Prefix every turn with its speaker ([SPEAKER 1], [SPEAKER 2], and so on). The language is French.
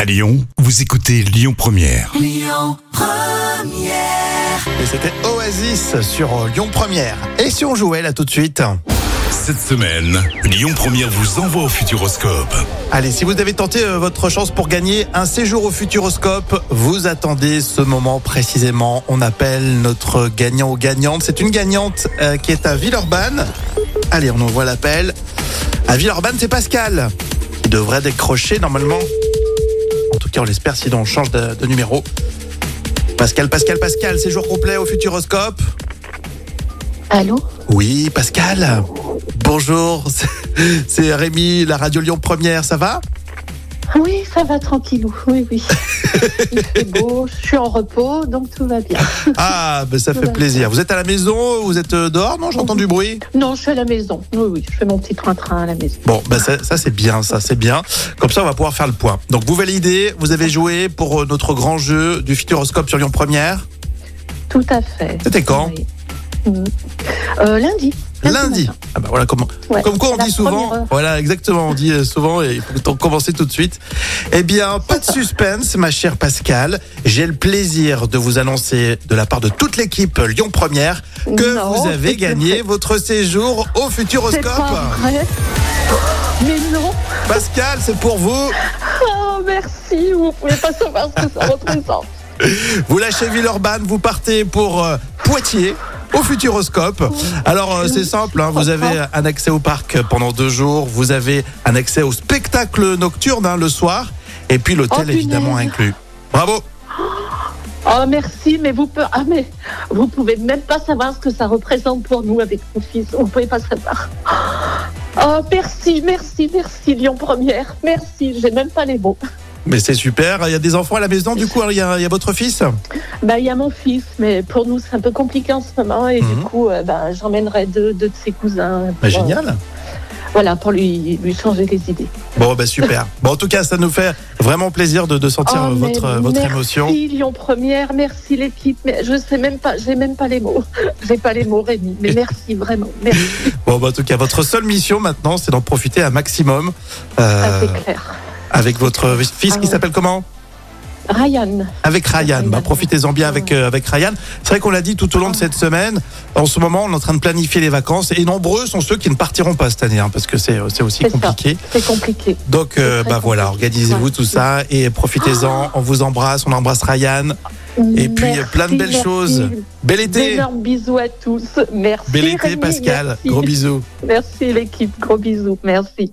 [SPEAKER 1] À Lyon, vous écoutez Lyon Première.
[SPEAKER 2] Et c'était Oasis sur euh, Lyon Première. Et si on jouait là tout de suite
[SPEAKER 1] Cette semaine, Lyon Première vous envoie au Futuroscope.
[SPEAKER 2] Allez, si vous avez tenté euh, votre chance pour gagner un séjour au Futuroscope, vous attendez ce moment précisément. On appelle notre gagnant ou gagnante. C'est une gagnante euh, qui est à Villeurbanne. Allez, on envoie l'appel. À Villeurbanne, c'est Pascal qui devrait décrocher normalement. En tout cas, on l'espère, sinon on change de, de numéro. Pascal, Pascal, Pascal, séjour complet au Futuroscope.
[SPEAKER 3] Allô
[SPEAKER 2] Oui, Pascal. Bonjour, c'est- c'est Rémi, la radio Lyon Première, ça va
[SPEAKER 3] Oui, ça va tranquillou. Oui, oui. Il fait beau, je suis en repos, donc tout va bien.
[SPEAKER 2] Ah, ben ça
[SPEAKER 3] Tout
[SPEAKER 2] fait
[SPEAKER 3] va
[SPEAKER 2] plaisir. Vous êtes à la maison Vous êtes euh, dehors Non, j'entends du bruit.
[SPEAKER 3] Non, je suis à la maison. Oui, oui, je fais mon petit train-train à la maison.
[SPEAKER 2] Bon, ben ça, ça, c'est bien, ça c'est bien. Comme ça, on va pouvoir faire le point. Donc vous validez, vous avez joué pour euh, notre grand jeu du Futuroscope sur Lyon Première.
[SPEAKER 3] Tout à fait.
[SPEAKER 2] C'était quand
[SPEAKER 3] Oui. Mhm. Euh, lundi.
[SPEAKER 2] Lundi.
[SPEAKER 3] matin.
[SPEAKER 2] Ah ben voilà comment.
[SPEAKER 3] Ouais.
[SPEAKER 2] Comme quoi on
[SPEAKER 3] La
[SPEAKER 2] dit
[SPEAKER 3] première euh.
[SPEAKER 2] souvent,
[SPEAKER 3] heure.
[SPEAKER 2] voilà exactement, on dit euh, souvent et il faut t'en commencer tout de suite. Eh bien, pas de suspense, ma chère Pascal. J'ai le plaisir de vous annoncer de la part de toute l'équipe Lyon Première que
[SPEAKER 3] Non,
[SPEAKER 2] vous avez
[SPEAKER 3] c'est-
[SPEAKER 2] gagné votre séjour au
[SPEAKER 3] C'est
[SPEAKER 2] Futuroscope.
[SPEAKER 3] pas vrai. Mais non.
[SPEAKER 2] Pascal, c'est pour vous.
[SPEAKER 3] Oh, merci. Vous pouvez pas savoir ce que ça représente.
[SPEAKER 2] Vous lâchez Villeurbanne, vous partez pour euh, Poitiers. Au Futuroscope. Alors euh, c'est simple, hein, vous avez un accès au parc pendant deux jours, vous avez un accès au spectacle nocturne hein, le soir, et puis l'hôtel
[SPEAKER 3] Oh,
[SPEAKER 2] évidemment
[SPEAKER 3] punaise.
[SPEAKER 2] inclus. Bravo.
[SPEAKER 3] Oh, merci, mais vous pouvez, ah, mais vous pouvez même pas savoir ce que ça représente pour nous avec mon fils. Vous pouvez pas savoir. Oh, merci, merci, merci, Lyon Première. Merci, j'ai même pas les mots.
[SPEAKER 2] Mais c'est super. Il y a des enfants à la maison du coup. hein, Il y, a il y a votre fils.
[SPEAKER 3] Bah, il y a mon fils, mais pour nous, c'est un peu compliqué en ce moment. Et
[SPEAKER 2] Mhm.
[SPEAKER 3] du coup, euh, bah, j'emmènerai deux, deux de ses cousins. pour,
[SPEAKER 2] Bah, génial.
[SPEAKER 3] euh, voilà, pour lui, lui changer les idées.
[SPEAKER 2] Bon bah super. Bon en tout cas ça nous fait vraiment plaisir de, de sentir
[SPEAKER 3] Oh,
[SPEAKER 2] euh,
[SPEAKER 3] mais
[SPEAKER 2] votre euh, votre
[SPEAKER 3] merci,
[SPEAKER 2] émotion.
[SPEAKER 3] Lyon Première, merci l'équipe. Mais je sais même pas, j'ai même pas les mots. J'ai pas les mots, Rémi. Mais merci, vraiment. Merci,
[SPEAKER 2] Bon bah, en tout cas votre seule mission maintenant c'est d'en profiter un maximum
[SPEAKER 3] ça,
[SPEAKER 2] euh,
[SPEAKER 3] c'est clair.
[SPEAKER 2] avec votre fils
[SPEAKER 3] Ah
[SPEAKER 2] qui
[SPEAKER 3] ouais.
[SPEAKER 2] s'appelle comment
[SPEAKER 3] Ryan.
[SPEAKER 2] Avec Ryan.
[SPEAKER 3] Ryan.
[SPEAKER 2] Bah, profitez-en bien avec, euh, avec Ryan. C'est vrai qu'on l'a dit tout au long de cette semaine. En ce moment, on est en train de planifier les vacances et nombreux sont ceux qui ne partiront pas cette année hein, parce que c'est euh, c'est aussi
[SPEAKER 3] C'est ça.
[SPEAKER 2] compliqué.
[SPEAKER 3] C'est compliqué.
[SPEAKER 2] Donc, euh,
[SPEAKER 3] C'est très
[SPEAKER 2] bah voilà,
[SPEAKER 3] compliqué. Ah.
[SPEAKER 2] organisez-vous
[SPEAKER 3] Ouais.
[SPEAKER 2] tout ça et profitez-en. On vous embrasse, on embrasse Ryan. Et puis,
[SPEAKER 3] Merci,
[SPEAKER 2] plein de belles
[SPEAKER 3] merci.
[SPEAKER 2] choses. Bel été!
[SPEAKER 3] D'énormes bisous à tous. Merci.
[SPEAKER 2] Bel été,
[SPEAKER 3] Rémi,
[SPEAKER 2] Pascal.
[SPEAKER 3] Merci,
[SPEAKER 2] Gros bisous.
[SPEAKER 3] Merci l'équipe. Gros bisous. Merci.